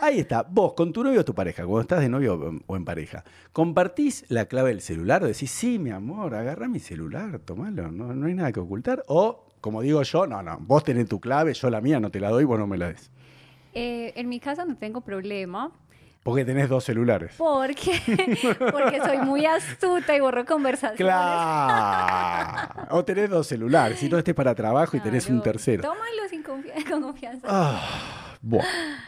Ahí está. Vos, con tu novio o tu pareja, cuando estás de novio o- o en pareja, ¿compartís la clave del celular? O decís, sí, mi amor, agarra mi celular, tomalo, no, no hay nada que ocultar. O, como digo yo, no, no, vos tenés tu clave, yo la mía no te la doy, vos no me la des. Eh, en mi caso no tengo problema Porque tenés dos celulares. porque, porque soy muy astuta y borro conversaciones. Claro. O tenés dos celulares, si no este es para trabajo y tenés un Claro. tercero. Tómalo sin confi- con confianza. Ah, bueno.